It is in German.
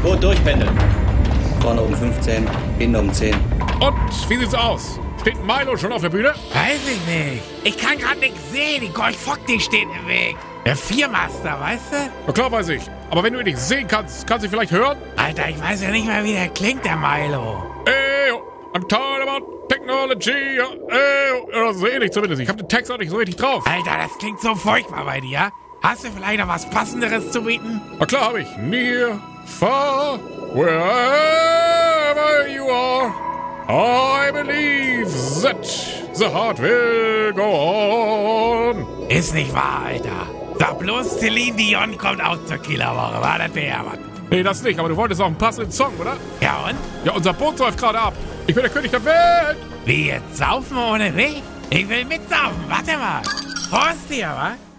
Gut durchpendeln. Vorne um 15, hinten um 10. Und wie sieht's aus? Steht Milo schon auf der Bühne? Weiß ich nicht. Ich kann gerade nichts sehen. Die Golchfock, die steht im Weg. Der Viermaster, weißt du? Na klar weiß ich. Aber wenn du ihn nicht sehen kannst, kannst du ihn vielleicht hören? Alter, ich weiß ja nicht mal, wie der klingt, der Milo. Ey, I'm tired about technology. Ey, oder so ähnlich zumindest. Ich habe den Text auch nicht so richtig drauf. Alter, das klingt so furchtbar bei dir. Hast du vielleicht noch was Passenderes zu bieten? Na klar habe ich. Near, far, wherever you are, I believe that the heart will go on. Ist nicht wahr, Alter. Sag bloß, Celine Dion kommt auch zur Kieler Woche. War das der Herrmann? Nee, das nicht, aber du wolltest auch einen passenden Song, oder? Ja und? Ja, unser Boot läuft gerade ab. Ich bin der König der Welt. Wie jetzt saufen ohne mich? Ich will mitsaufen. Warte mal. Prost dir, wa?